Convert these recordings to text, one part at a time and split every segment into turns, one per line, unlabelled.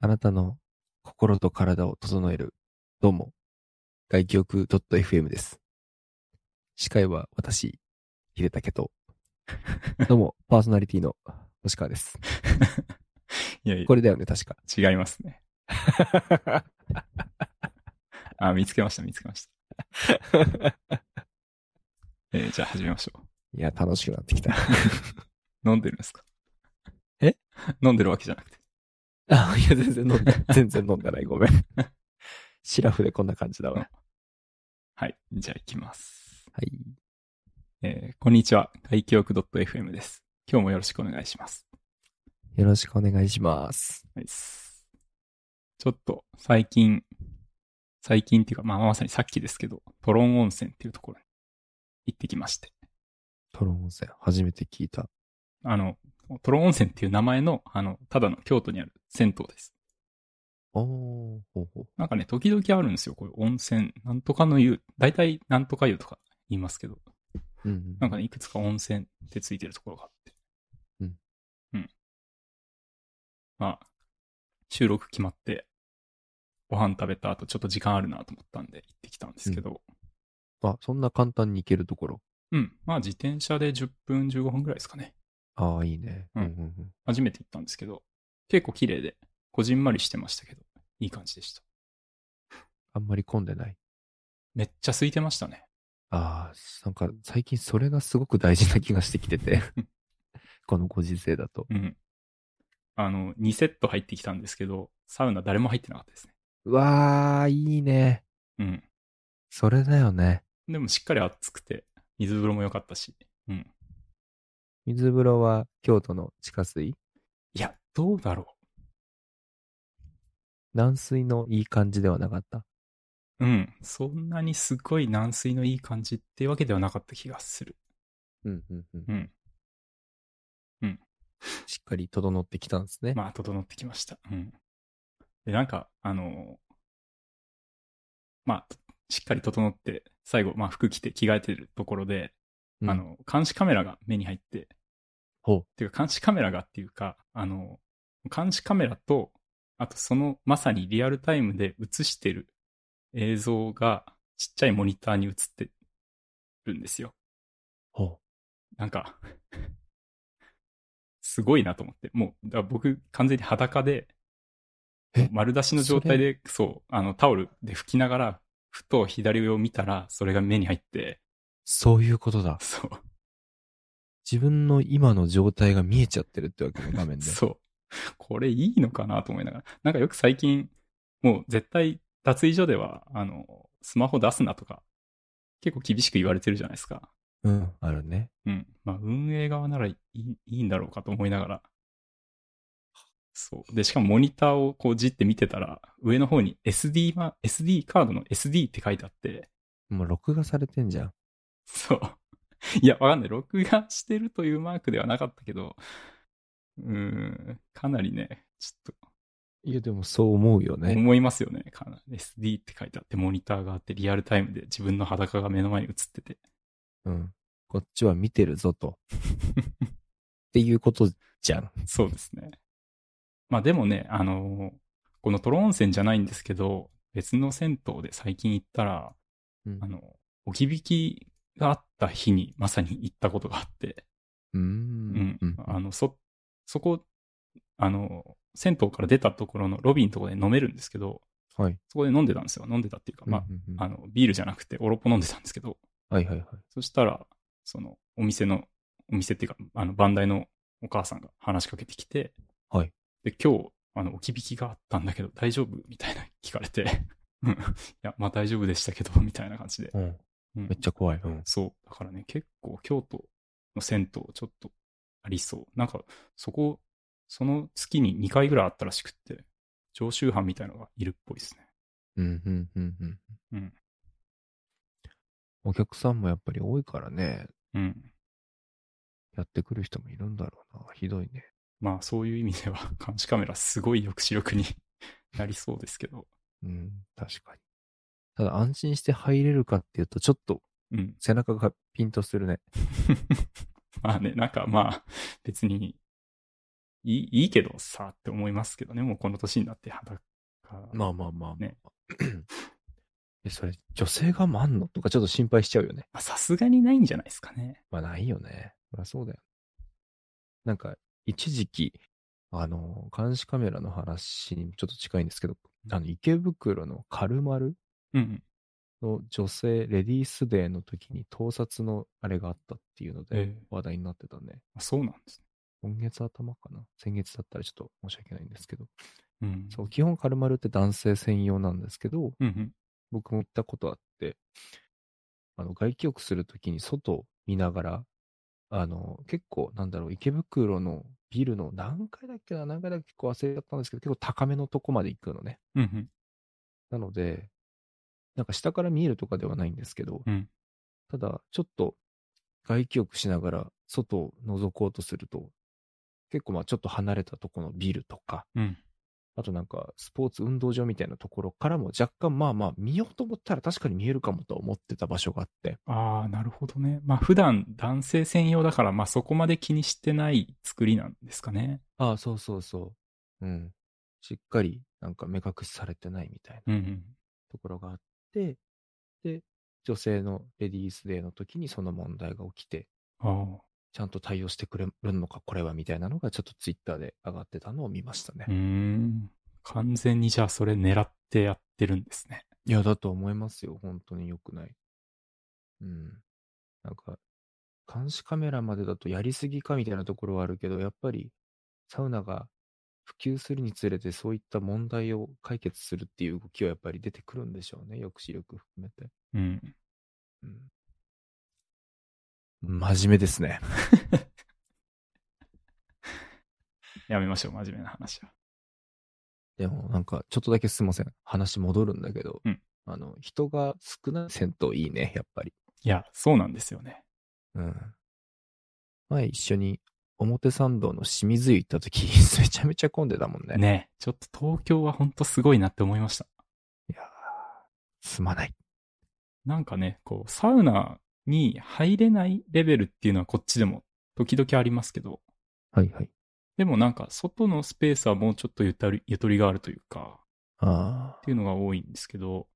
あなたの心と体を整える。どうも、外記憶 .fm です。司会は私、秀武 と。どうも、パーソナリティの星川です。
いやい
これだよね、確か。
や、違いますね。 あ、見つけました、見つけま した。えーじゃあ始めましょ
いや、楽しくなってき た。
う。飲んでるんですか
え
飲んでるわけじゃなくて。
あ、いや、全然飲んで、全然飲んでない。ごめん。シラフでこんな感じだわ。は
はい、じゃあ行きます。
い。
えーこんにちは、外記憶 .fm です。今日もよろしくお願いします。
よろしくお願いします。
はいっすちょっと最近、最近っていうか、まあまさにさっきですけど、トロン温泉っていうところに行ってきまして。
トロン温泉、初めて聞いた。
あの、トロン温泉っていう名前の、あの、ただの京都にある銭湯です。
おー、ほうほう。
なんかね、時々あるんですよ。こういう温泉、なんとかの湯、大体なんとか湯とか言いますけど、
うんうん
なんかね、いくつか温泉ってついてるところがあって。
うん。
うん。まあ、収録決まって、ご飯食べた後、ちょっと時間あるなと思ったんで行ってきたんですけど、
あ、そんな簡単に行けるところ。
うん、まあ自転車で10分、15分ぐらいですかね。
ああ、いいね。
うん
うんうん
初めて行ったんですけど、結構綺麗で、こじんまりしてましたけど、いい感じでした。
あんまり混んでない。
めっちゃ空いてましたね。
ああ、なんか最近それがすごく大事な気がしてきてて。 このご時世だと。
うん。あの、2セット入ってきたんですけど、サウナ誰も入ってなかったですね。
うわあ、いいね。
うん。
それだよね。
でもしっかり暑くて、水風呂も良かったし。うん。
水風呂は京都の地下水
いや、どうだろ
軟水のいい感じではなかった。
う。うん。そんなにすごい軟水のいい感じっていうわけではなかった気がする。
うんうんうん
うん。
しっかり整ってきたんですね。
まあ、整ってきました。うん。で、なんか、あのーまあ、しっかり整って、最後、まあ、服着て着替えてるところで、
うん
あの、監視カメラが目に入って、
ほ
っていうか監視カメラがっていうか、あの、監視カメラと、あとそのまさにリアルタイムで映してる映像がちっちゃいモニターに映ってるんですよ。
ほう。
なんか、すごいなと思って。もう、だから僕完全に裸で
え、
丸出しの状態で、そう、あのタオルで拭きながら、ふと左上を見たら、それが目に入って、
そういうことだ。
そう、
自分の今の状態が見えちゃってるってわけね、画面で。
そう。これいいのかなと思いながら。なんかよく最近、もう絶対脱衣所では、あの、スマホ出すなとか、結構厳しく言われてるじゃないですか。
うん、あるね。
うん。まあ、運営側ならいいいいんだろうかと思いながら。そう。で、しかもモニターをこうじって見てたら、上の方に SD ま、SD カードの SD って書いてあって、
もう録画されてんじゃん。
そう。 いや、わかんない。録画してるというマークではなかったけど、うーん、かなりね、ちょっと
いや、でもそう思うよね。
思いますよね。かな SD って書いてあって、モニターがあって、リアルタイムで自分の裸が目の前に映ってて。
うん。こっちは見てるぞと。っていうことじゃん。
そうですね。まあでもね、あのこのトロ温泉じゃないんですけど、別の銭湯で最近行ったら、
うん
あの、置き引きがあった日にまさに行ったことがあって、
うー
うん
ん。うん。
あの、そ、そこ、あの、銭湯から出たところのロビーのところで飲めるんですけど、
はい。
そこで飲んでたんですよ。飲んでたっていうか、まあ、
うんうんうん
あの、ビールじゃなくて、オロポ飲んでたんですけど、
はいはいはい。
そしたら、その、お店の、お店っていうか、あの、バンダイのお母さんが話しかけてきて、
はい。
で、今日、あの、置き引きがあったんだけど、大丈夫みたいな聞かれて、うんいや、まあ大丈夫でしたけど、み たいな感じで。
うん。
うん
めっちゃ怖い。うん。
そう。だからね、結構、京都の銭湯、ちょっとありそう。なんか、そこ、その月に2回ぐらいあったらしくって、常習犯みたいのがいるっぽいですね。
うんうんうんうん。
うん。
お客さんもやっぱり多いからね、
うん。
やってくる人もいるんだろうな。ひどいね。
まあ、そういう意味では、監視カメラ、すごい抑止力に なりそうですけど。
うん、確かに。ただ安心して入れるかっていうと、ちょっと
うん。
背中がピンとするね。
まあね、なんかまあ、別に、いい、いいけどさ、って思いますけどね、もうこの年になって裸。
まあまあまあ。
ね。
え、それ、女性がまんのとかちょっと心配しちゃうよね。
あ、さすがにないんじゃないですかね。
まあないよね。まあそうだよ。なんか、一時期、あの、監視カメラの話にもちょっと近いんですけど、あの、池袋のカルマル
うん
の女性レディースデーの時に盗撮のあれがあったっていうの
え
で
え
話題になってたね。
うん。そうなんですね。
今月頭かな先月だったらちょっと申し訳ないんですけど。
うん。
そう、基本カルマルって男性専用なんですけど、
うんうん。
僕も行ったことあって、あの、外気浴するときに外を見ながら、あの、結構、なんだろう、池袋のビルの何階だっけな、何階だっけ、結構忘れちゃったんですけど、結構高めのとこまで行くのね。
うんうん。
なので、なんか下から見えるとかではないんですけど、
うん
ただ、ちょっと外気浴しながら外を覗こうとすると、結構まあちょっと離れたとこのビルとか、
うん。
あとなんかスポーツ運動場みたいなところからも若干まあまあ見ようと思ったら確かに見えるかもとは思ってた場所があって、
ああ、なるほどね。まあ普段男性専用だから、まあそこまで気にしてない作りなんですかね。
ああ、そうそうそう。うん。しっかりなんか目隠しされてないみたいな
うんうん。
ところがあって、で、女性のレディースデーの時にその問題が起きて、
あ
ちゃんと対応してくれるのか、これはみたいなのが、ちょっとツイッターで上がってたのを見ましたね
あ。うー。ん。完全にじゃあそれ狙ってやってるんですね。
いや、だと思いますよ。本当に良くない。うん。なんか、監視カメラまでだとやりすぎかみたいなところはあるけど、やっぱり、サウナが普及するにつれて、そういった問題を解決するっていう動きはやっぱり出てくるんでしょうね。抑止力含めて。
うん。
うん。真面目ですね。
やめましょう、真面目な話は。
でもなんか、ちょっとだけすいません。話戻るんだけど、
うん
あの、人が少ない銭湯いいね、やっぱり。
いや、そうなんですよね。
うん。前一緒に表参道の清水湯行った時、 めちゃめちゃ混んでたもんね。
ねちょっと東京はほんとすごいなって思いました。
いやーすまない。
なんかね、こう、サウナに入れないレベルっていうのはこっちでも時々ありますけど、
はいはい。
でもなんか外のスペースはもうちょっとゆとりゆとりがあるというか、
あ
っ
あ。
ていうのが多いんですけど、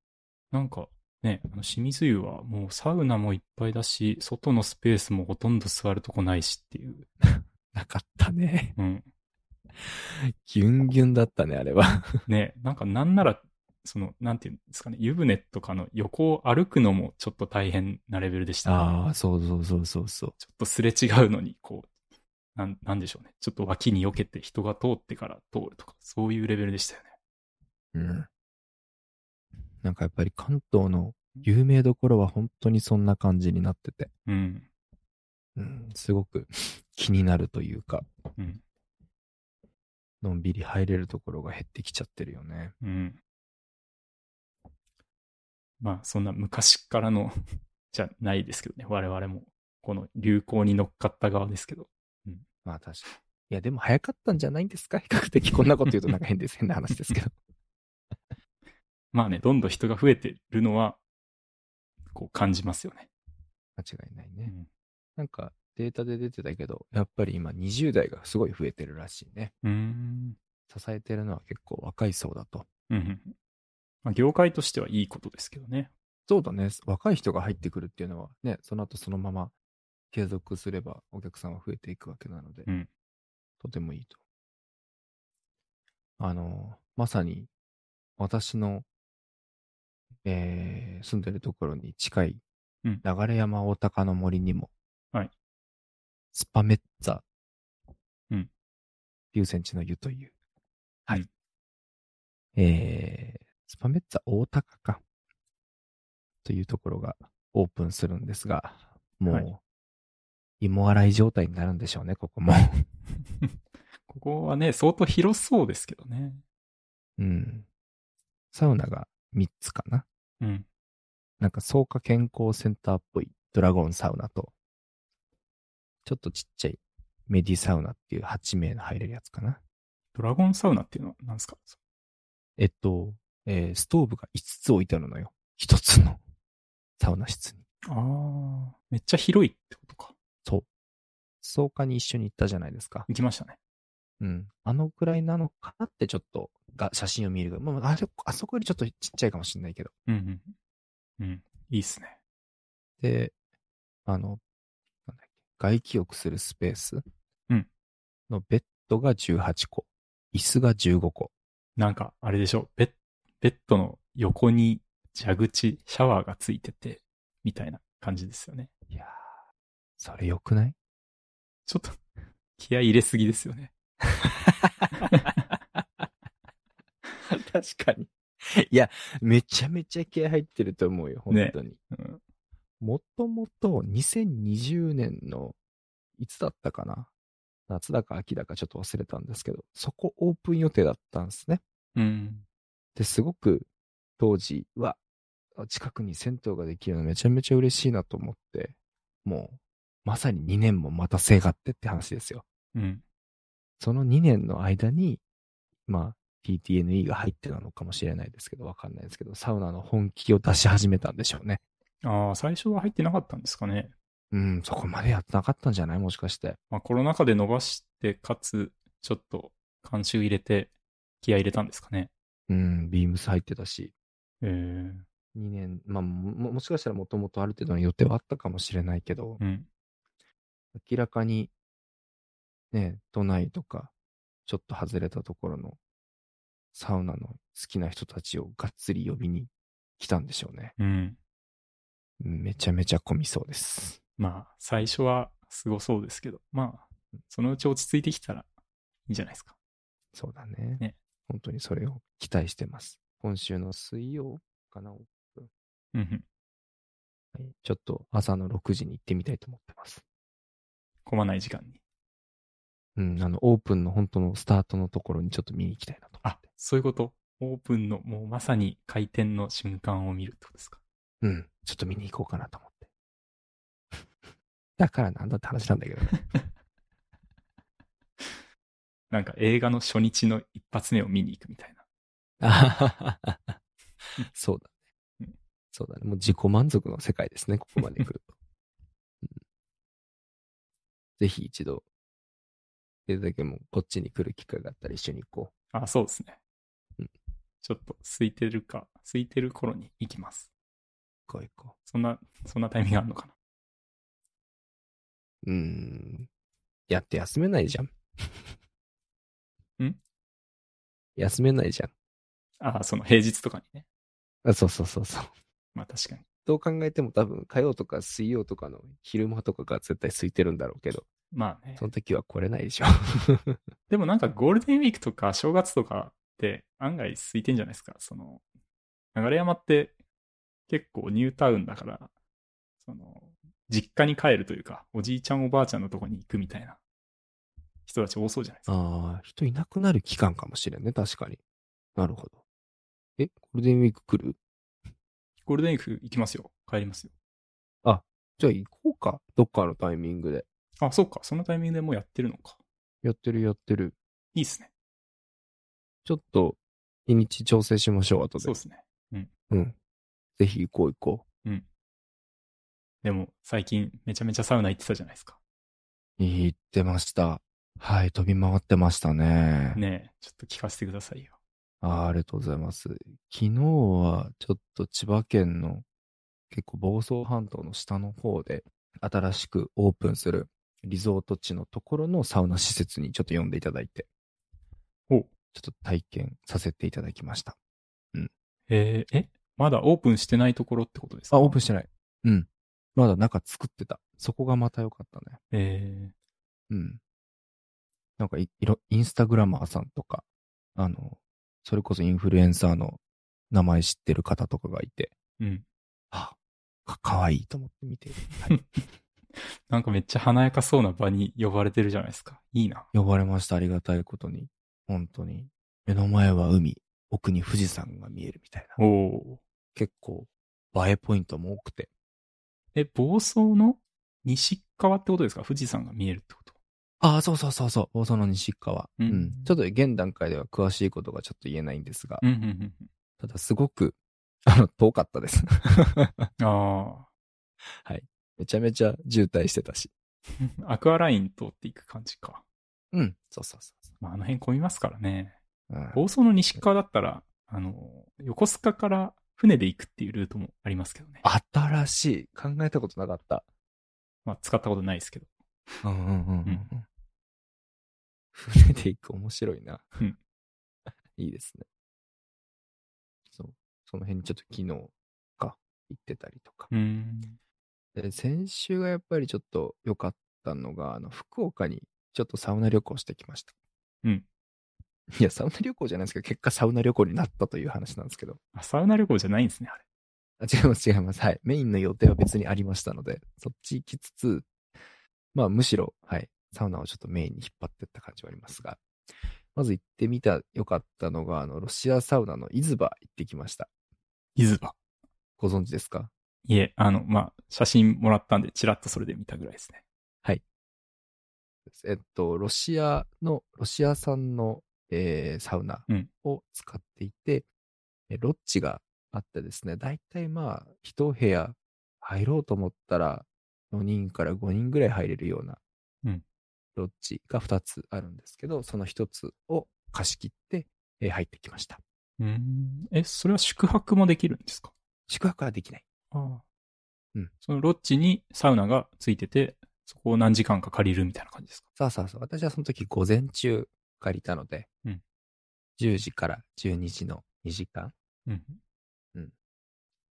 なんかね、あの清水湯はもうサウナもいっぱいだし、外のスペースもほとんど座るとこないしっていう。
なかったね。
うん。
ギュンギュンだったね、あれは。
ね、なんかなんなら、その、なんていうんですかね、湯船とかの横を歩くのもちょっと大変なレベルでした、
ああ、そうそうそうそうそう。
ちょっとすれ違うのに、こう、なん、なんでしょうね。ちょっと脇に避けて人が通ってから通るとか、そういうレベルでしたよね。
うん。なんかやっぱり関東の有名どころは本当にそんな感じになってて、
うん。
うん、すごく 気になるというか、
うん。
のんびり入れるところが減ってきちゃってるよね。
うん。まあ、そんな昔からのじゃないですけどね。我々も、この流行に乗っかった側ですけど。
まあ確かに。いや、でも早かったんじゃないんですか 比較的こんなこと言うとなんか変です。変な話ですけど。
まあね、どんどん人が増えてるのは、こう感じますよね。
間違いないうね。
ん。
なんかデータで出てたけど、やっぱり今20代がすごい増えてるらしいね。
うーん。
支えてるのは結構若い層だと。
うんうん。まあ、業界としてはいいことですけどね。
そうだね。若い人が入ってくるっていうのはね、その後そのまま継続すればお客さんは増えていくわけなので、
うん
とてもいいと。あの、まさに私の、えー住んでるところに近い
うん
流山大高の森にも、
はい
スパメッツァ、
うん
竜泉地の湯という、
はい
えースパメッツァ大高か、というところがオープンするんですが、もう、
はい
芋洗い状態になるんでしょうね、ここ も。
ここはね、相当広そうですけどね。
うん。サウナが3つかな。
うん。
なんか草加健康センターっぽいドラゴンサウナと、ちょっとちっちゃいメディサウナっていう8名の入れるやつかな。
ドラゴンサウナっていうのは何ですか
えっと、えーストーブが5つ置いてあるのよ。1つのサウナ室に。
ああ、めっちゃ広いってことか。
そう。草加に一緒に行ったじゃないですか。
行きましたね。
うん。あのくらいなのかなってちょっと、が、写真を見るが、まあ、あれあそこよりちょっとちっちゃいかもしれないけど。
うんうん。うん。いいっすね。
で、あの、なんだっけ、外気浴するスペース
うん
のベッドが18個、椅子が15個。
なんか、あれでしょ、ベッ、ベッドの横に蛇口、シャワーがついてて、みたいな感じですよね。
いやー、それ良くない
ちょっと、 気合い入れすぎですよね。
確かに。いや、めちゃめちゃ気合入ってると思うよ、本当に。
うん
もともと2020年の、いつだったかな夏だか秋だかちょっと忘れたんですけど、そこオープン予定だったんですね。
うん。
で、すごく当時は、あ近くに銭湯ができるのめちゃめちゃ嬉しいなと思って、もう、まさに2年も待たせやがってって話ですよ。
うん。
その2年の間に、まあ、TTNE が入ってなのかもしれないですけど、わかんないですけど、サウナの本気を出し始めたんでしょうね。
ああ、最初は入ってなかったんですかね。
うん、そこまでやってなかったんじゃないもしかして。
まあ、コロナ禍で伸ばして、かつ、ちょっと、監修入れて、気合い入れたんですかね。
うん、ビームス入ってたし、
えー、
2年、まあ、ももしかしたらもともとある程度の予定はあったかもしれないけど、
うん。
明らかに、ね、都内とか、ちょっと外れたところの、サウナの好きな人たちをがっつり呼びに来たんでしょうね。
うん。
めちゃめちゃ混みそうです。
まあ、最初はすごそうですけど、まあ、そのうち落ち着いてきたらいいんじゃないですか。
そうだね。
ね
本当にそれを期待してます。今週の水曜かな、はい
うんうん。
ちょっと朝の6時に行ってみたいと思ってます。
混まない時間に。
うん、あの、オープンの本当のスタートのところにちょっと見に行きたいなと思
あ
って。、
そういうこと。オープンの、もうまさに開店の瞬間を見るってことですか。
うん、ちょっと見に行こうかなと思って。 だからなんだって話なんだけどね。
なんか映画の初日の一発目を見に行くみたいな。
あははははそうだ
う
ね
ん。
そうだね。もう自己満足の世界ですね、ここまで来る と。うんぜひ一度、でだけもこっちに来る機会があったら一緒に行こ
あ、そうですね。
うん
ちょっと空いてるか、空いてる頃に行きます。
う。行こう行こ
そんな、そんなタイミングあるのかな。
う。うーん。やって休めないじゃん。
ん
休めないじゃん。
あ、その平日とかにね。
あ、そうそうそうそう。
まあ確かに。
どう考えても多分火曜とか水曜とかの昼間とかが絶対空いてるんだろうけど、
まあね
そ。の時は来れないでしょ。
でもなんかゴールデンウィークとか正月とかって案外空いてんじゃないですか。その、流山って結構ニュータウンだから、その、実家に帰るというか、おじいちゃんおばあちゃんのとこに行くみたいな人たち多そうじゃないですか。
ああ、人いなくなる期間かもしれんね、確かに。なるほど。え、ゴールデンウィーク来る
ゴールデンウィーク行きますよ。帰りますよ。
じゃあ行こうか。どっかのタイミングで。
あ、そうか。そのタイミングでもうやってるのか。
やってるやってる。
いいっすね。
ちょっと、日にち調整しましょう、後で。
そうっすね。
うん。ぜひ行こう行こ
でも最近めちゃめちゃサウナ行ってたじゃないですか。
う。行ってました。はい、飛び回ってましたね。
ねえ、ちょっと聞かせてくださいよ。
あーありがとうございます。昨日はちょっと千葉県の結構房総半島の下の方で新しくオープンするリゾート地のところのサウナ施設にちょっと呼んでいただいて、
おう
ちょっと体験させていただきました。
えーえ、まだオープンしてないところってことですか
あ、オープン
し
してない。うん。まだ中作ってた。そこがまた良かったね。
えー
うん。なんかい、いろ、インスタグラマーさんとか、あの、それこそインフルエンサーの名前知ってる方とかがいて、
うん。
はあ、か、かわいいと思って見てる。はい
なんかめっちゃ華やかそうな場に呼ばれてるじゃないですか。いいな。
呼ばれました。ありがたいことに。本当に。目の前は海、奥に富士山が見えるみたいな。
おお。
結構、映えポイントも多くて。
え、房総の西側ってことですか富士山が見えるってこと。
ああ、そうそうそうそう。大の西川。
うん
ちょっと現段階では詳しいことがちょっと言えないんですが、
うんうん
ただすごく、あの、遠かったです。
うん。あ
めちゃめちゃ渋滞してたし。
あ。アクアライン通っていく感じか。
うん。そうそうそうそう。
まあ、あの辺混みますからね。
うん
房総の西側だったら、あの、横須賀から船で行くっていうルートもありますけどね。
新しい。考えたことなかった。
まあ、使ったことないですけど。
うんうんうんうん
う
うん。船で行く面白いな
うん。
いいですね。そう。その辺にちょっと昨日か、行ってたりとか。
うん。
で先週がやっぱりちょっと良かったのが、あの、福岡にちょっとサウナ旅行してきました。
うん。
いや、サウナ旅行じゃないんですけど、結果サウナ旅行になったという話なんですけど。
あサウナ旅行じゃないんですね、あれ。
あ違います、違います。はい。メインの予定は別にありましたので、そっち行きつつ、まあ、むしろ、はい。サウナをちょっとメインに引っ張ってった感じはありますが、まず行ってみた、良かったのが、あの、ロシアサウナのイズバ行ってきました。
伊豆は。
ご存知ですか
いえ、あの、まあ、写真もらったんで、ちらっとそれで見たぐらいですね。
えっと、ロシアの、ロシア産の、えーサウナ
うん
を使っていて、えロッジがあってですね、だいたいまあ、一部屋入ろうと思ったら、4人から5人ぐらい入れるような
うん、
ロッジが2つあるんですけど、その1つを貸し切って、えー入ってきました。
うん。え、それは宿泊もできるんですか
宿泊はできない。
ああ。
うん。
そのロッジにサウナがついてて、そこを何時間か借りるみたいな感じですか
そうそうそう。私はその時午前中借りたので、
うん
10時から12時の2時間
うん。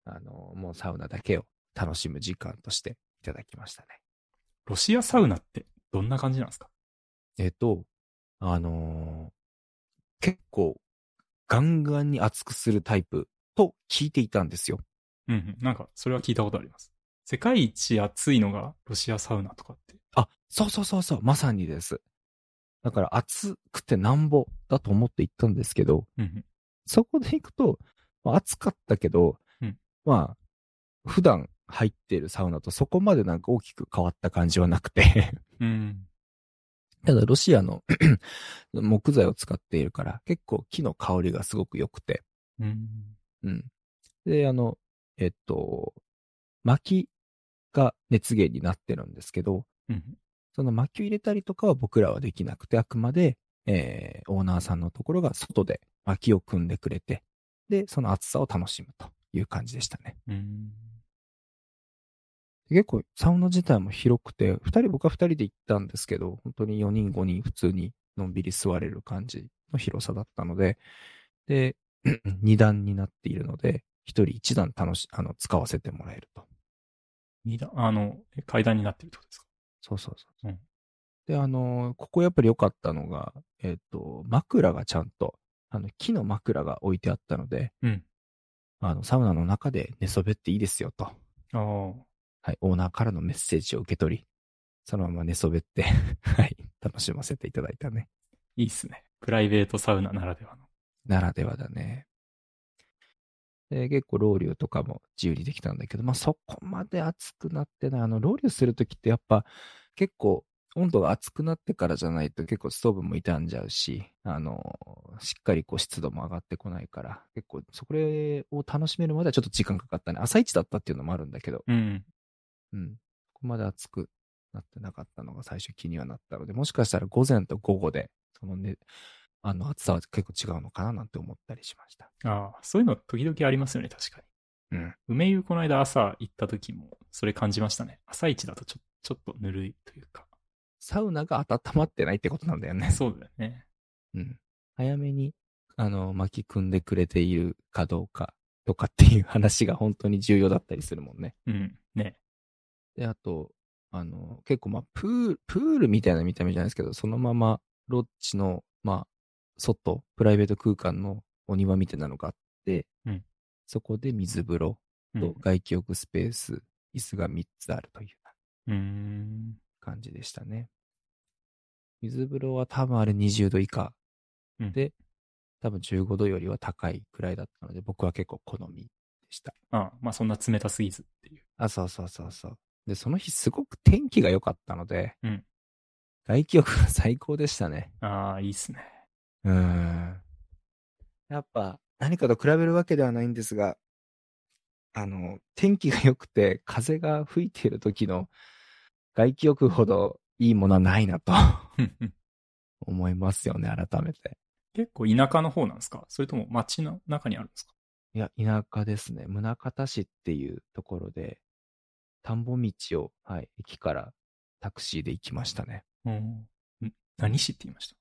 あの、もうサウナだけを楽しむ時間としていただきましたね。
ロシアサウナってどんな感じなんですか
えっと、あのー結構、ガンガンに熱くするタイプと聞いていたんですよ。
うんうん。なんか、それは聞いたことあります。世界一暑いのがロシアサウナとかって。
あ、そうそうそうそう、まさにです。だから暑くてなんぼだと思って行ったんですけど、
うんうん。
そこで行くと、まあ暑かったけど、
うん
まあ、普段入っているサウナとそこまでなんか大きく変わった感じはなくて、
うん。
ただロシアの 木材を使っているから、結構木の香りがすごく良くて。
うん。
うん。で、あの、えっと、薪が熱源になってるんですけど、
うん。
その薪を入れたりとかは僕らはできなくて、あくまで、えーオーナーさんのところが外で薪を組んでくれて、で、その暑さを楽しむという感じでしたね。
うん。
結構、サウナ自体も広くて、二人、僕は二人で行ったんですけど、本当に4人、5人、普通にのんびり座れる感じの広さだったので、で、2段になっているので、一人一段楽し、あの、使わせてもらえると。
二段、あの、え階段になってるってことですか
そうそうそう。
うん
で、あのーここやっぱり良かったのが、えっ、と、枕がちゃんと、あの、木の枕が置いてあったので、
うん。
あの、サウナの中で寝そべっていいですよと。
ああ。
はい、オーナーからのメッセージを受け取り、そのまま寝そべって、 はい、楽しませていただいたね。
いいっすね。プライベートサウナならではの。
ならではだね。で結構、ロウリュとかも自由にできたんだけど、まあ、そこまで熱くなってない。あの、ロウリュするときってやっぱ、結構、温度が熱くなってからじゃないと結構ストーブも傷んじゃうし、あの、しっかりこう湿度も上がってこないから、結構、それを楽しめるまではちょっと時間かかったね。朝一だったっていうのもあるんだけど、
うん。
うん。ここまで熱くなってなかったのが最初気にはなったので、もしかしたら午前と午後で、そのね、あの暑さは結構違うのかななんて思ったりしました。
ああ、そういうの時々ありますよね、確かに。
うん。
梅湯この間朝行った時も、それ感じましたね。朝一だとちょちょっとぬるいというか。
サウナが温まってないってことなんだよね。
そうだよね。
うん。早めに、あの、巻き組んでくれているかどうかとかっていう話が本当に重要だったりするもんね。
うん。ね。
で、あと、あの、結構まあ、プール、プールみたいな見た目じゃないですけど、そのまま、ロッジの、まあ、外、プライベート空間のお庭みたいなのがあって、
うん
そこで水風呂
うん
と外気浴スペース、椅子が3つあるという
うーん。
感じでしたね。水風呂は多分あれ20度以下、
うん
で多分15度よりは高いくらいだったので、僕は結構好みでした。
ああ、まあそんな冷たすぎずっていう。
あ、そうそうそうそう。で、その日すごく天気が良かったので、
うん
外気浴が 最高でしたね。
ああ、いいっすね。
うーん。やっぱ、何かと比べるわけではないんですが、あの、天気が良くて、風が吹いている時の外気浴ほどいいものはないなと
うんうん
思いますよね、改めて。
結構田舎の方なんですかそれとも街の中にあるんですか
いや、田舎ですね。宗像市っていうところで、田んぼ道を、はい、駅からタクシーで行きましたね。
うん。ん何市って言いました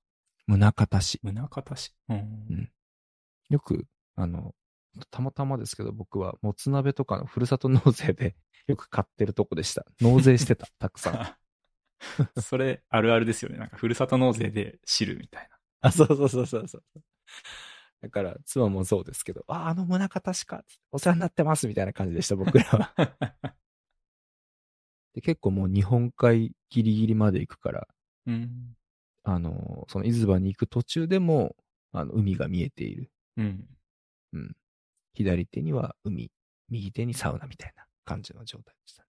宗像市。
宗像市。うん
うんよく、あの、たまたまですけど、僕はもつ鍋とかのふるさと納税 でよく買ってるとこでした。納税して た、たくさん。
それ、あるあるですよね。なんか、ふるさと納税で知るみたいな。
あ、そうそうそうそうそう。だから、妻もそうですけど、あ、あの宗像市か、お世話になってます、みたいな感じでした、僕ら は。で結構もう日本海ギリギリまで行くから、
うん。
あの、その伊豆場に行く途中でも、あの、海が見えている。
うん。
うん。左手には海、右手にサウナみたいな感じの状態でした。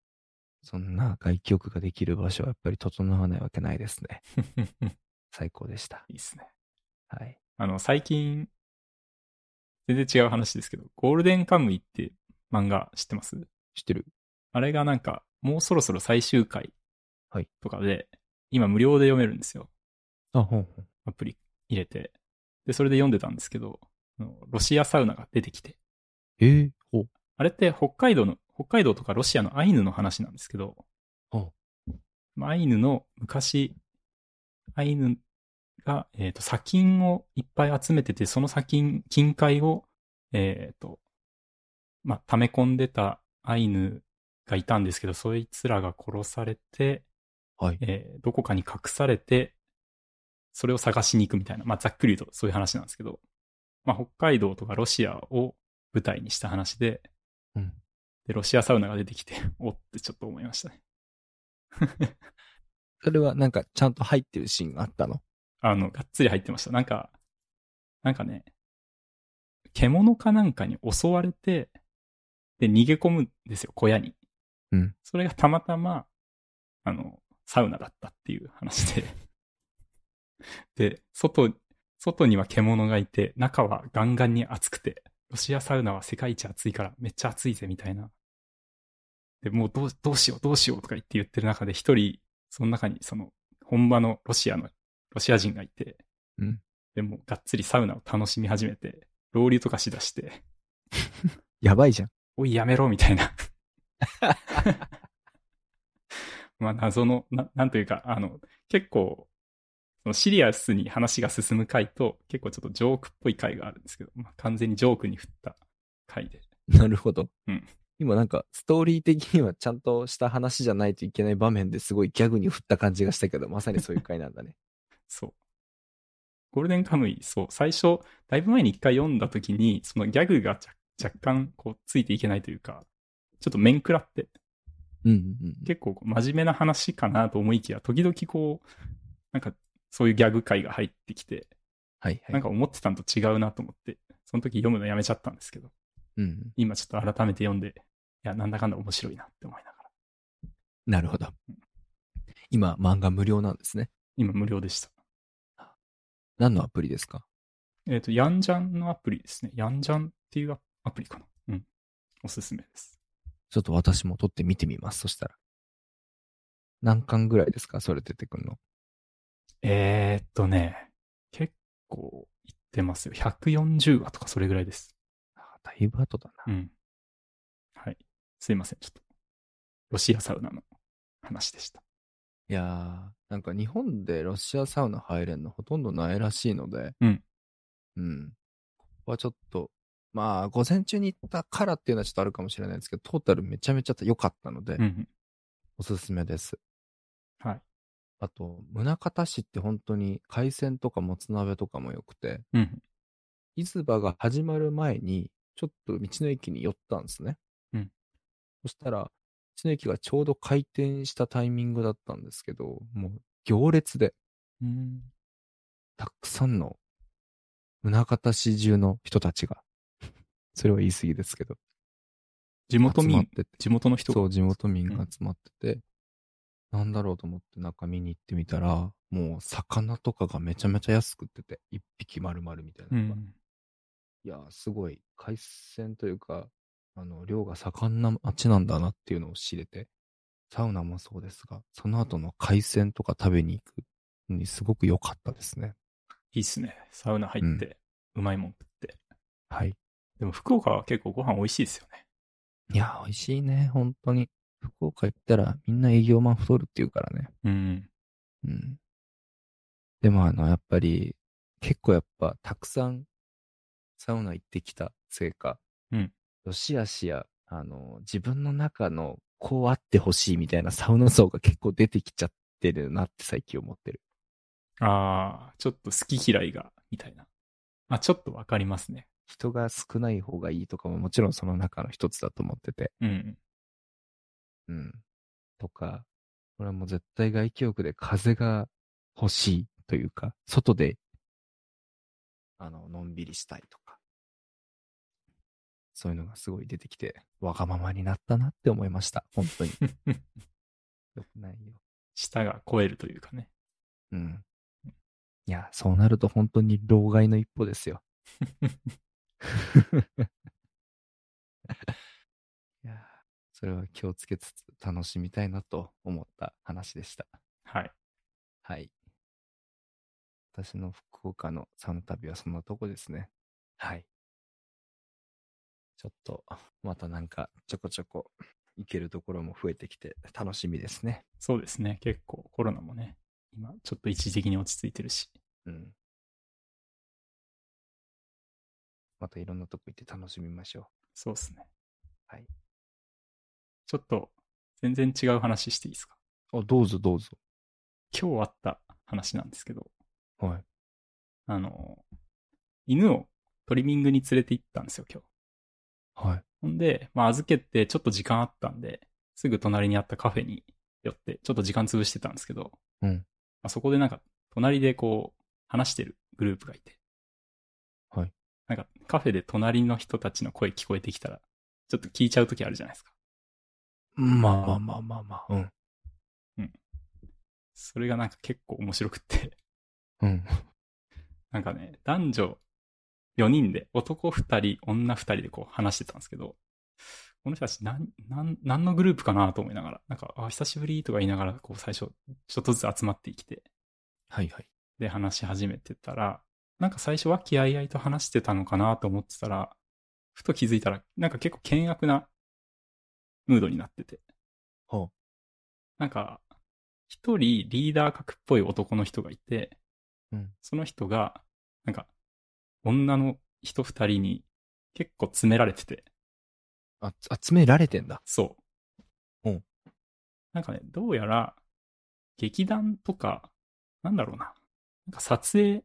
そんな外気浴ができる場所はやっぱり整わないわけないですね。最高でした。
いいっすね。
はい。
あの、最近、全然違う話ですけど、ゴールデンカムイって漫画知ってます
知ってる
あれがなんか、もうそろそろ最終回
はい
とかで、今無料で読めるんですよ。
あ、ほんほん。
アプリ入れて。で、それで読んでたんですけど、あのロシアサウナが出てきて。
えー、ほう。
あれって北海道の、北海道とかロシアのアイヌの話なんですけど
ほ、
まあアイヌの昔、アイヌが、えっ、と、砂金をいっぱい集めてて、その砂金、金塊を、えっ、と、まあ、溜め込んでたアイヌがいたんですけど、そいつらが殺されて、
はい。
えーどこかに隠されて、それを探しに行くみたいな、まあ、ざっくり言うとそういう話なんですけど、まあ、北海道とかロシアを舞台にした話で、
うん
で、ロシアサウナが出てきて、 おってちょっと思いましたね。
それはなんかちゃんと入ってるシーンがあったの
あの、がっつり入ってました。なんか、なんかね、獣かなんかに襲われて、で、逃げ込むんですよ、小屋に。
うん
それがたまたま、あの、サウナだったっていう話で。 で、外、外には獣がいて、中はガンガンに暑くて、ロシアサウナは世界一暑いからめっちゃ暑いぜみたいな。で、もうどうどうしようどうしようとか言って言ってる中で一人、その中にその本場のロシアのロシア人がいて、
うん
でもうがっつりサウナを楽しみ始めて、ロウリュとかしだして、
やばいじゃん。
おいやめろみたいな。まあ謎の、ななんというか、あの、結構、そのシリアスに話が進む回と、結構ちょっとジョークっぽい回があるんですけど、まあ、完全にジョークに振った回で。
なるほど。
うん
今なんかストーリー的にはちゃんとした話じゃないといけない場面ですごいギャグに振った感じがしたけど、まさにそういう回なんだね。
そう。ゴールデンカムイ、そう、最初、だいぶ前に一回読んだ時に、そのギャグが若若干、こう、ついていけないというか、ちょっと面食らって、
うんうんうん。
結構こう真面目な話かなと思いきや、時々こう、なんかそういうギャグ回が入ってきて、
はいは
なん
い。
か思ってたのと違うなと思って、その時読むのやめちゃったんですけど、
うん。
今ちょっと改めて読んで、いや、なんだかんだ面白いなって思いながら、
なるほど。今、漫画無料なんですね。
今無料でした。
何のアプリですか
えっ、と、ヤンジャンのアプリですね。ヤンジャンっていうアプリかな。うん。おすすめです。
ちょっと私も撮って見てみます。そしたら。何巻ぐらいですかそれ出てくるの。
えー、っとね、結構いってますよ。140話とかそれぐらいです。
あだいぶ後だな。
うん。はい。すいません。ちょっと、ロシアサウナの話でした。
いやー、なんか日本でロシアサウナ入れんのほとんどないらしいので。
うん。
うん。ここはちょっと、まあ、午前中に行ったからっていうのはちょっとあるかもしれないですけど、トータルめちゃめちゃ良かったので、
うんうん。
おすすめです。
はい。
あと、宗像市って本当に海鮮とかもつ鍋とかも良くて、
うん
伊豆場が始まる前に、ちょっと道の駅に寄ったんですね。
うん
そしたら、道の駅がちょうど開店したタイミングだったんですけど、もう行列で、
うん。うん。
たくさんの、宗像市中の人たちが、 それは言い過ぎですけど、
地元
集まっ
民、
てて、
地元の人
そ
が。
う、地元民が
うん
集まってて、なんだろうと思って中見に行ってみたら、もう魚とかがめちゃめちゃ安く売ってて、一匹丸々みたいな
う
のが。
ん。
いやー、すごい、海鮮というか、あの、漁が盛んな街なんだなっていうのを知れて、サウナもそうですが、その後の海鮮とか食べに行くにすごく良かったですね。
いいっすね。サウナ入って、うまいもん食って。
はい。
でも福岡は結構ご飯美味しいですよね。
いや、美味しいね、本当に。福岡行ったらみんな営業マン太るっていうからね。
うん。
うん。でもあの、やっぱり、結構やっぱ、たくさん、サウナ行ってきたせいか、
うん。
しあしや、あの、自分の中の、こうあってほしいみたいなサウナ層が結構出てきちゃってるなって最近思ってる。
ああ、ちょっと好き嫌いが、みたいな。あ、ちょっとわかりますね。
人が少ない方がいいとかももちろんその中の一つだと思ってて。
うん。
うん。とか、俺はもう絶対外気浴で風が欲しいというか、外で、あの、のんびりしたいとか。そういうのがすごい出てきて、わがままになったなって思いました。本当に。 よくないよ。
舌が超えるというかね。
うん。いや、そうなると本当に老害の一歩です よ。いや、それは気をつけつつ楽しみたいなと思った話でした。
はい。
はい。私の福岡のサウナ旅はそんなとこですね。はい。ちょっと、またなんかちょこちょこ行けるところも増えてきて楽しみですね。
そうですね。結構コロナもね、今ちょっと一時的に落ち着いてるし。
うん。またいろんなとこ行って楽しみましょ
そうですね。
はい。
ちょっと、全然違う話していいですか
う。あ、どうぞどうぞ。
今日あった話なんですけど、
はい。
あの、犬をトリミングに連れて行ったんですよ、今日。
はい。
ほんで、まあ預けてちょっと時間あったんで、すぐ隣にあったカフェに寄って、ちょっと時間潰してたんですけど、
うん
まあ、そこでなんか、隣でこう、話してるグループがいて。
はい。
なんか、カフェで隣の人たちの声聞こえてきたら、ちょっと聞いちゃうときあるじゃないですか。
まあまあまあまあまあ。うん。
それがなんか結構面白くって。
うん。
なんかね、男女4人で、男2人、女2人でこう話してたんですけど、この人たち何、何、何のグループかなと思いながら、なんか、あ、久しぶりとか言いながら、こう最初、ちょっとずつ集まってきて、
はいはい。
で話し始めてたら、なんか最初和気あいあいと話してたのかなと思ってたら、ふと気づいたら、なんか結構険悪なムードになってて。
ほう
なんか、一人リーダー格っぽい男の人がいて、
うん
その人が、なんか、女の人二人に結構詰められてて、
あ、集められてんだ。
そう。
うん
なんかね、どうやら、劇団とか、なんだろうな。なんか撮影、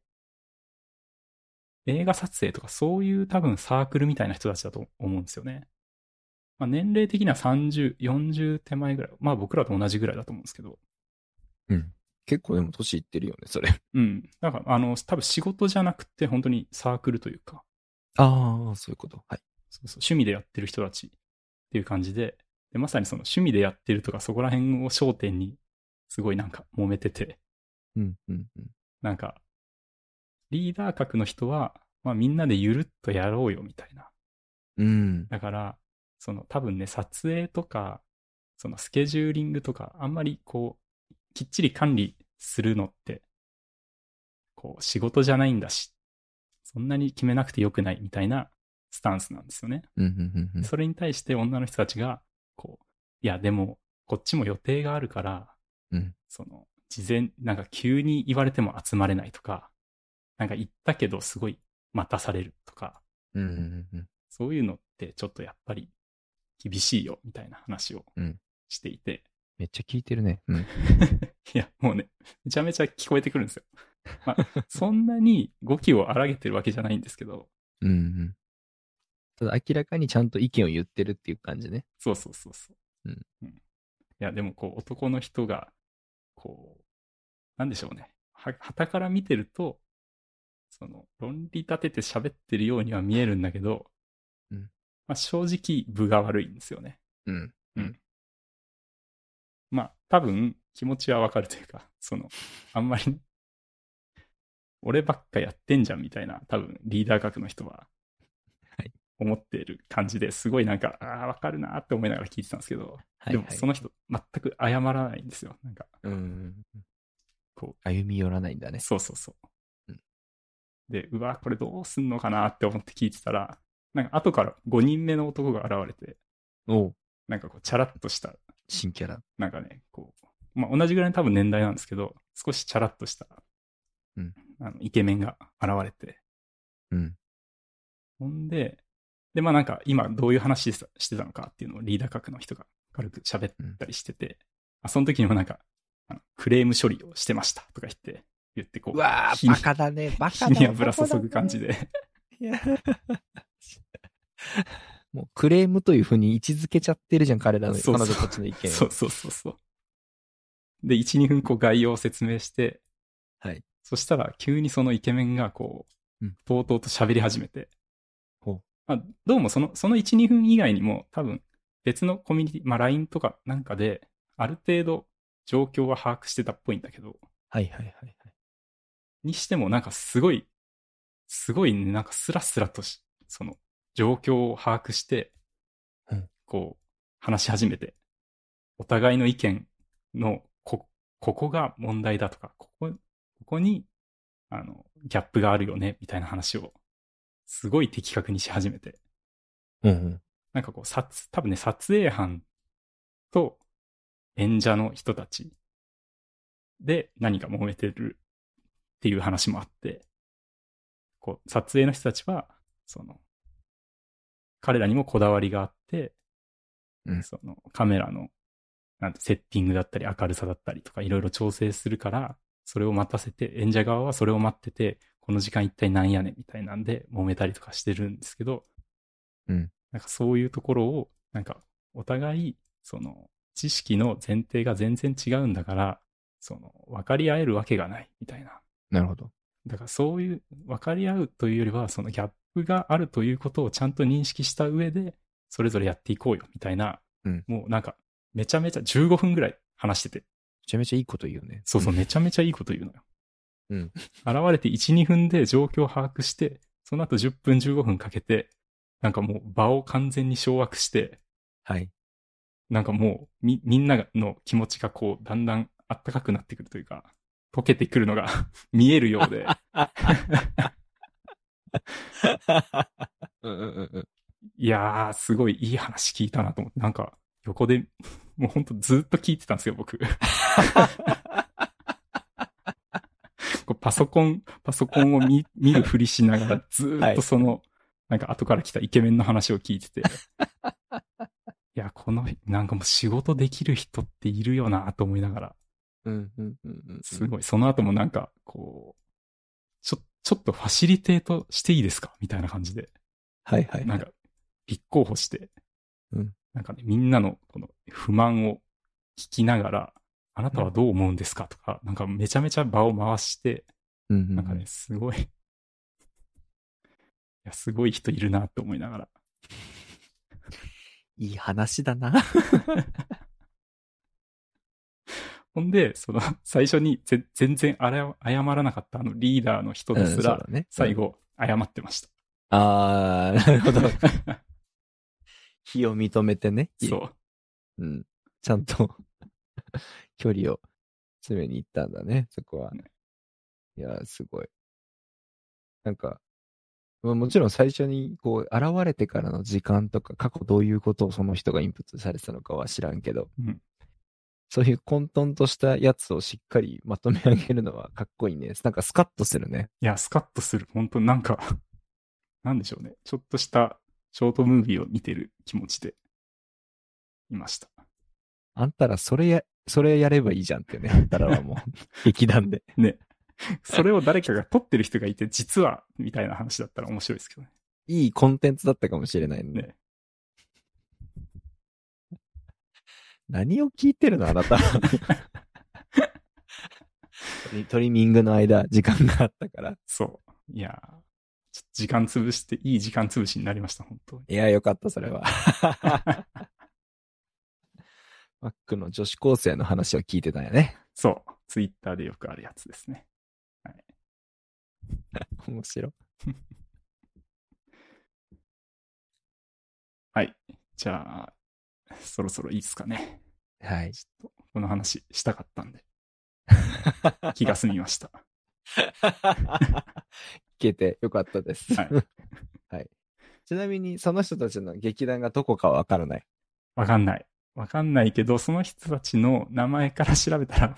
映画撮影とかそういう多分サークルみたいな人たちだと思うんですよね。まあ年齢的には30、40手前ぐらい。まあ僕らと同じぐらいだと思うんですけど。
結構でも年いってるよね、それ。
うん。なんかあの、多分仕事じゃなくて本当にサークルというか、
ああ、そういうこと。はい。
そうそう、趣味でやってる人たちっていう感じで、で、まさにその趣味でやってるとか、そこら辺を焦点に、すごいなんか揉めてて、
うん、うん、うん。
なんか、リーダー格の人は、まあみんなでゆるっとやろうよみたいな。
うん。
だから、その多分ね、撮影とか、そのスケジューリングとか、あんまりこう、きっちり管理するのって、こう、仕事じゃないんだし、そんなに決めなくてよくないみたいなスタンスなんですよね。
うん、うん、うん。
それに対して女の人たちが、こう、いや、でも、こっちも予定があるから、
うん
その、事前、なんか急に言われても集まれないとか、なんか言ったけどすごい待たされるとか、
うん、うん、うん。
そういうのってちょっとやっぱり厳しいよ、みたいな話を
うん
していて、
めっちゃ聞いてるね。うん。
いや、もうね、めちゃめちゃ聞こえてくるんですよ。まあ、そんなに語気を荒げてるわけじゃないんですけど、
うん、うん。ただ明らかにちゃんと意見を言ってるっていう感じね。
そうそうそうそう。
うん
いや、でもこう、男の人が、こう、なんでしょうね。は、旗から見てると、その、論理立てて喋ってるようには見えるんだけど、
うん
まあ正直、分が悪いんですよね。
うん。
まあ、多分、気持ちはわかるというか、その、あんまり、俺ばっかやってんじゃんみたいな、多分、リーダー格の人は
はい、
思ってる感じですごいなんか、ああ、わかるなーって思いながら聞いてたんですけど、
はい、はい。
でもその人全く謝らないんですよ。なんか、
うん。
こ
歩み寄らないんだ
う、
ね。。
そうそうそううんで、うわ、これどうすんのかなって思って聞いてたら、なんか後から5人目の男が現れて、
おう
なんかこう、チャラッとした、
新キャラ。
なんかね、こう、まあ、同じぐらいの多分年代なんですけど、少しチャラッとした、
うん
あのイケメンが現れて、
うん。
ほんで、で、まあなんか今どういう話したしてたのかっていうのをリーダー格の人が軽く喋ったりしてて、あその時にもなんかあのクレーム処理をしてましたとか言って、言ってこう、
うわ
火
ー、
に
バカだ ね。バカ
火
だ
に油注ぐ感じ
で。
で、
いやもうクレームというふうに位置づけちゃってるじゃん、彼らの、
そうそう
彼女たちの意見を。
そうそうそうそう。で、1、2分こう概要を説明して、
はい。
そしたら急にそのイケメンがこう、
うん
とうとうと喋り始めて、
ほう
まあ、どうもそのその1、2分以外にも多分別のコミュニティ、まあ LINE とかなんかで、ある程度状況は把握してたっぽいんだけど、
はいはいはいはい。
にしてもなんかすごい、すごいね、なんかスラスラとし、その状況を把握して
うん、
こう話し始めて、お互いの意見のこ、ここが問題だとか、ここ、ここに、あの、ギャップがあるよね、みたいな話を、すごい的確にし始めて、
うんうん。
なんかこう、撮、多分ね、撮影班と演者の人たちで何か揉めてるっていう話もあって、こう、撮影の人たちは、その、彼らにもこだわりがあって、
うん
そのカメラの、なんて、セッティングだったり明るさだったりとかいろいろ調整するから、それを待たせて、演者側はそれを待ってて、この時間一体なんやねんみたいなんで揉めたりとかしてるんですけど、
うん
なんかそういうところを、なんかお互い、その知識の前提が全然違うんだから、その分かり合えるわけがないみたいな。
なるほど。
だからそういう分かり合うというよりは、そのギャップがあるということをちゃんと認識した上で、それぞれやっていこうよみたいな、
うん
もうなんかめちゃめちゃ15分ぐらい話してて、
めちゃめちゃいいこと言うね。
そうそう、めちゃめちゃいいこと言うのよ。
うん
現れて1、2分で状況を把握して、その後10分、15分かけて、なんかもう場を完全に掌握して、
はい。
なんかもうみ、みんなの気持ちがこう、だんだんあったかくなってくるというか、溶けてくるのが 見えるようで、
うんうんうんうん。
いやー、すごいいい話聞いたなと思って、なんか、横で、もうほんとずっと聞いてたんですよ、僕。こうパソコン、パソコンを見見るふりしながら、ずーっとその、なんか後から来たイケメンの話を聞いてて。いや、この、なんかもう仕事できる人っているよなと思いながら、
うんうんうんうん。
すごい、その後もなんか、こう、ちょ、ちょっとファシリテートしていいですかみたいな感じで。
はいはいはい。
なんか、立候補して、
うん
なんかね、みんなのこの不満を聞きながら、あなたはどう思うんですかとか、なんかめちゃめちゃ場を回して、
うんうんうん
なんかね、すごい、いや、すごい人いるなって思いながら。
いい話だな。
ほんで、その、最初にぜ全然あら謝らなかったあのリーダーの人ですら、
ね
最。後、謝ってました。
あー、なるほど。非を認めてね。
そう。
うん。 ちゃんと、距離を詰めに行ったんだね、そこは
ね。
いやー、すごい。なんか、まあ、もちろん最初に、こう、現れてからの時間とか、過去どういうことをその人がインプットされてたのかは知らんけど、
うん
そういう混沌としたやつをしっかりまとめ上げるのはかっこいいね。なんかスカッとするね。
いや、スカッとする。本当なんか、 なんでしょうね。ちょっとしたショートムービーを見てる気持ちで、いました。
あんたらそれや、それやればいいじゃんってね。あんたらはもう、 劇団で。
ね。 それを誰かが撮ってる人がいて、 実は、みたいな話だったら面白いですけどね。
いいコンテンツだったかもしれないね。
ね
何を聞いてるのあな た。トリトリミングの間、時間があったから。
そう。いやーちょっと時間潰して、いい時間潰しになりました、本当に。
いや、よかった、それ は。マックの女子高生の話を聞いてたんやね。
そう。ツイッターでよくあるやつですね。
面白い。
はい。じゃあ、そろそろいいですかね。
はい。
ちょっと、この話したかったんで。気が済みました。
聞けてよかったです。
はい。
はい。ちなみに、その人たちの劇団がどこかはわからない。
わかんない。わかんないけど、その人たちの名前から調べたら、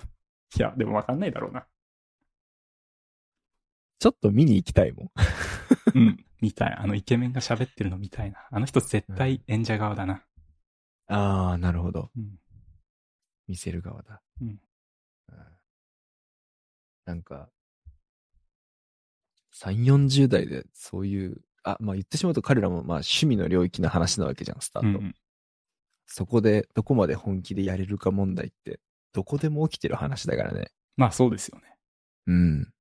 いや、でもわかんないだ ろうな。
ちょっと見に行きたいもん。
うん。見たい。あの、イケメンが喋ってるの見たいな。あの人絶対演者側だな。
ああ、なるほど。
うん。
見せる側だ。
うん
うん。なんか、3、40代でそういう、あ、まあ言ってしまうと彼らもまあ趣味の領域の話なわけじゃん、スタ
う
ー
んう
ト。
ん、
そこでどこまで本気でやれるか問題って、どこでも起きてる話だからね。
まあ、そうですよね。
うん。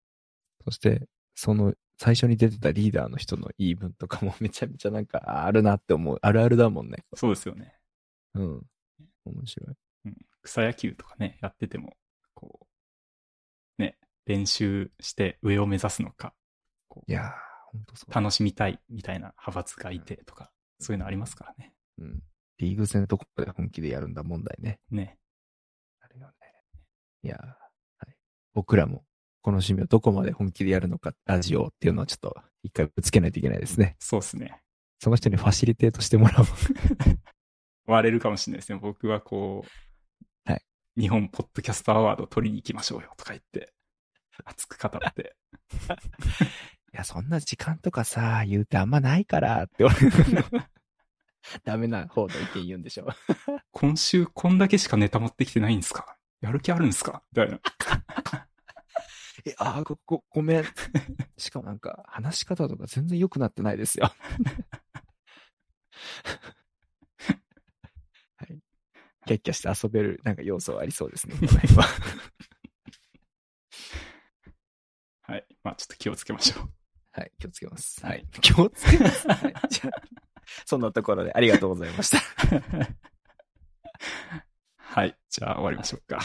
そして、その最初に出てたリーダーの人の言い分とかも めちゃめちゃなんかああるなって思う。あるあるだもんね。
そうですよね。
うん。面白い。
うん、草野球とかね、やってても、こう、ね、練習して上を目指すのか、こ
いうやー、ほんとそう。
楽しみたいみたいな派閥がいてとか、そういうのありますからね。
うん。リーグ戦とかで本気でやるんだ問題ね。
ね。
あるよね。いやー、はい。僕らも、この趣味をどこまで本気でやるのか、ラジオっていうのはちょっと一回ぶつけないといけないですね。
そうですね。
その人にファシリテートしても らおう。
割れるかもしれないですね。僕はこう、
はい
日本ポッドキャストアワード取りに行きましょうよとか言って、熱く語って。
いや、そんな時間とかさ、言うてあんまないからって俺 ダメな方の意見言うんでしょ。
今週こんだけしかネタ持ってきてないんですかやる気あるんですかみたいな。
え、あーご、ご、ごめん。しかもなんか、話し方とか全然良くなってないですよ。 はい。キャッキャして遊べる、なんか要素はありそうですね。この辺は
はい。まあちょっと気をつけましょう。
はい、気をつけます。
は
はいい。気をつけます。はい。じゃあ、そんなところで ありがとうございました。
はい。じゃあ終わりましょうか。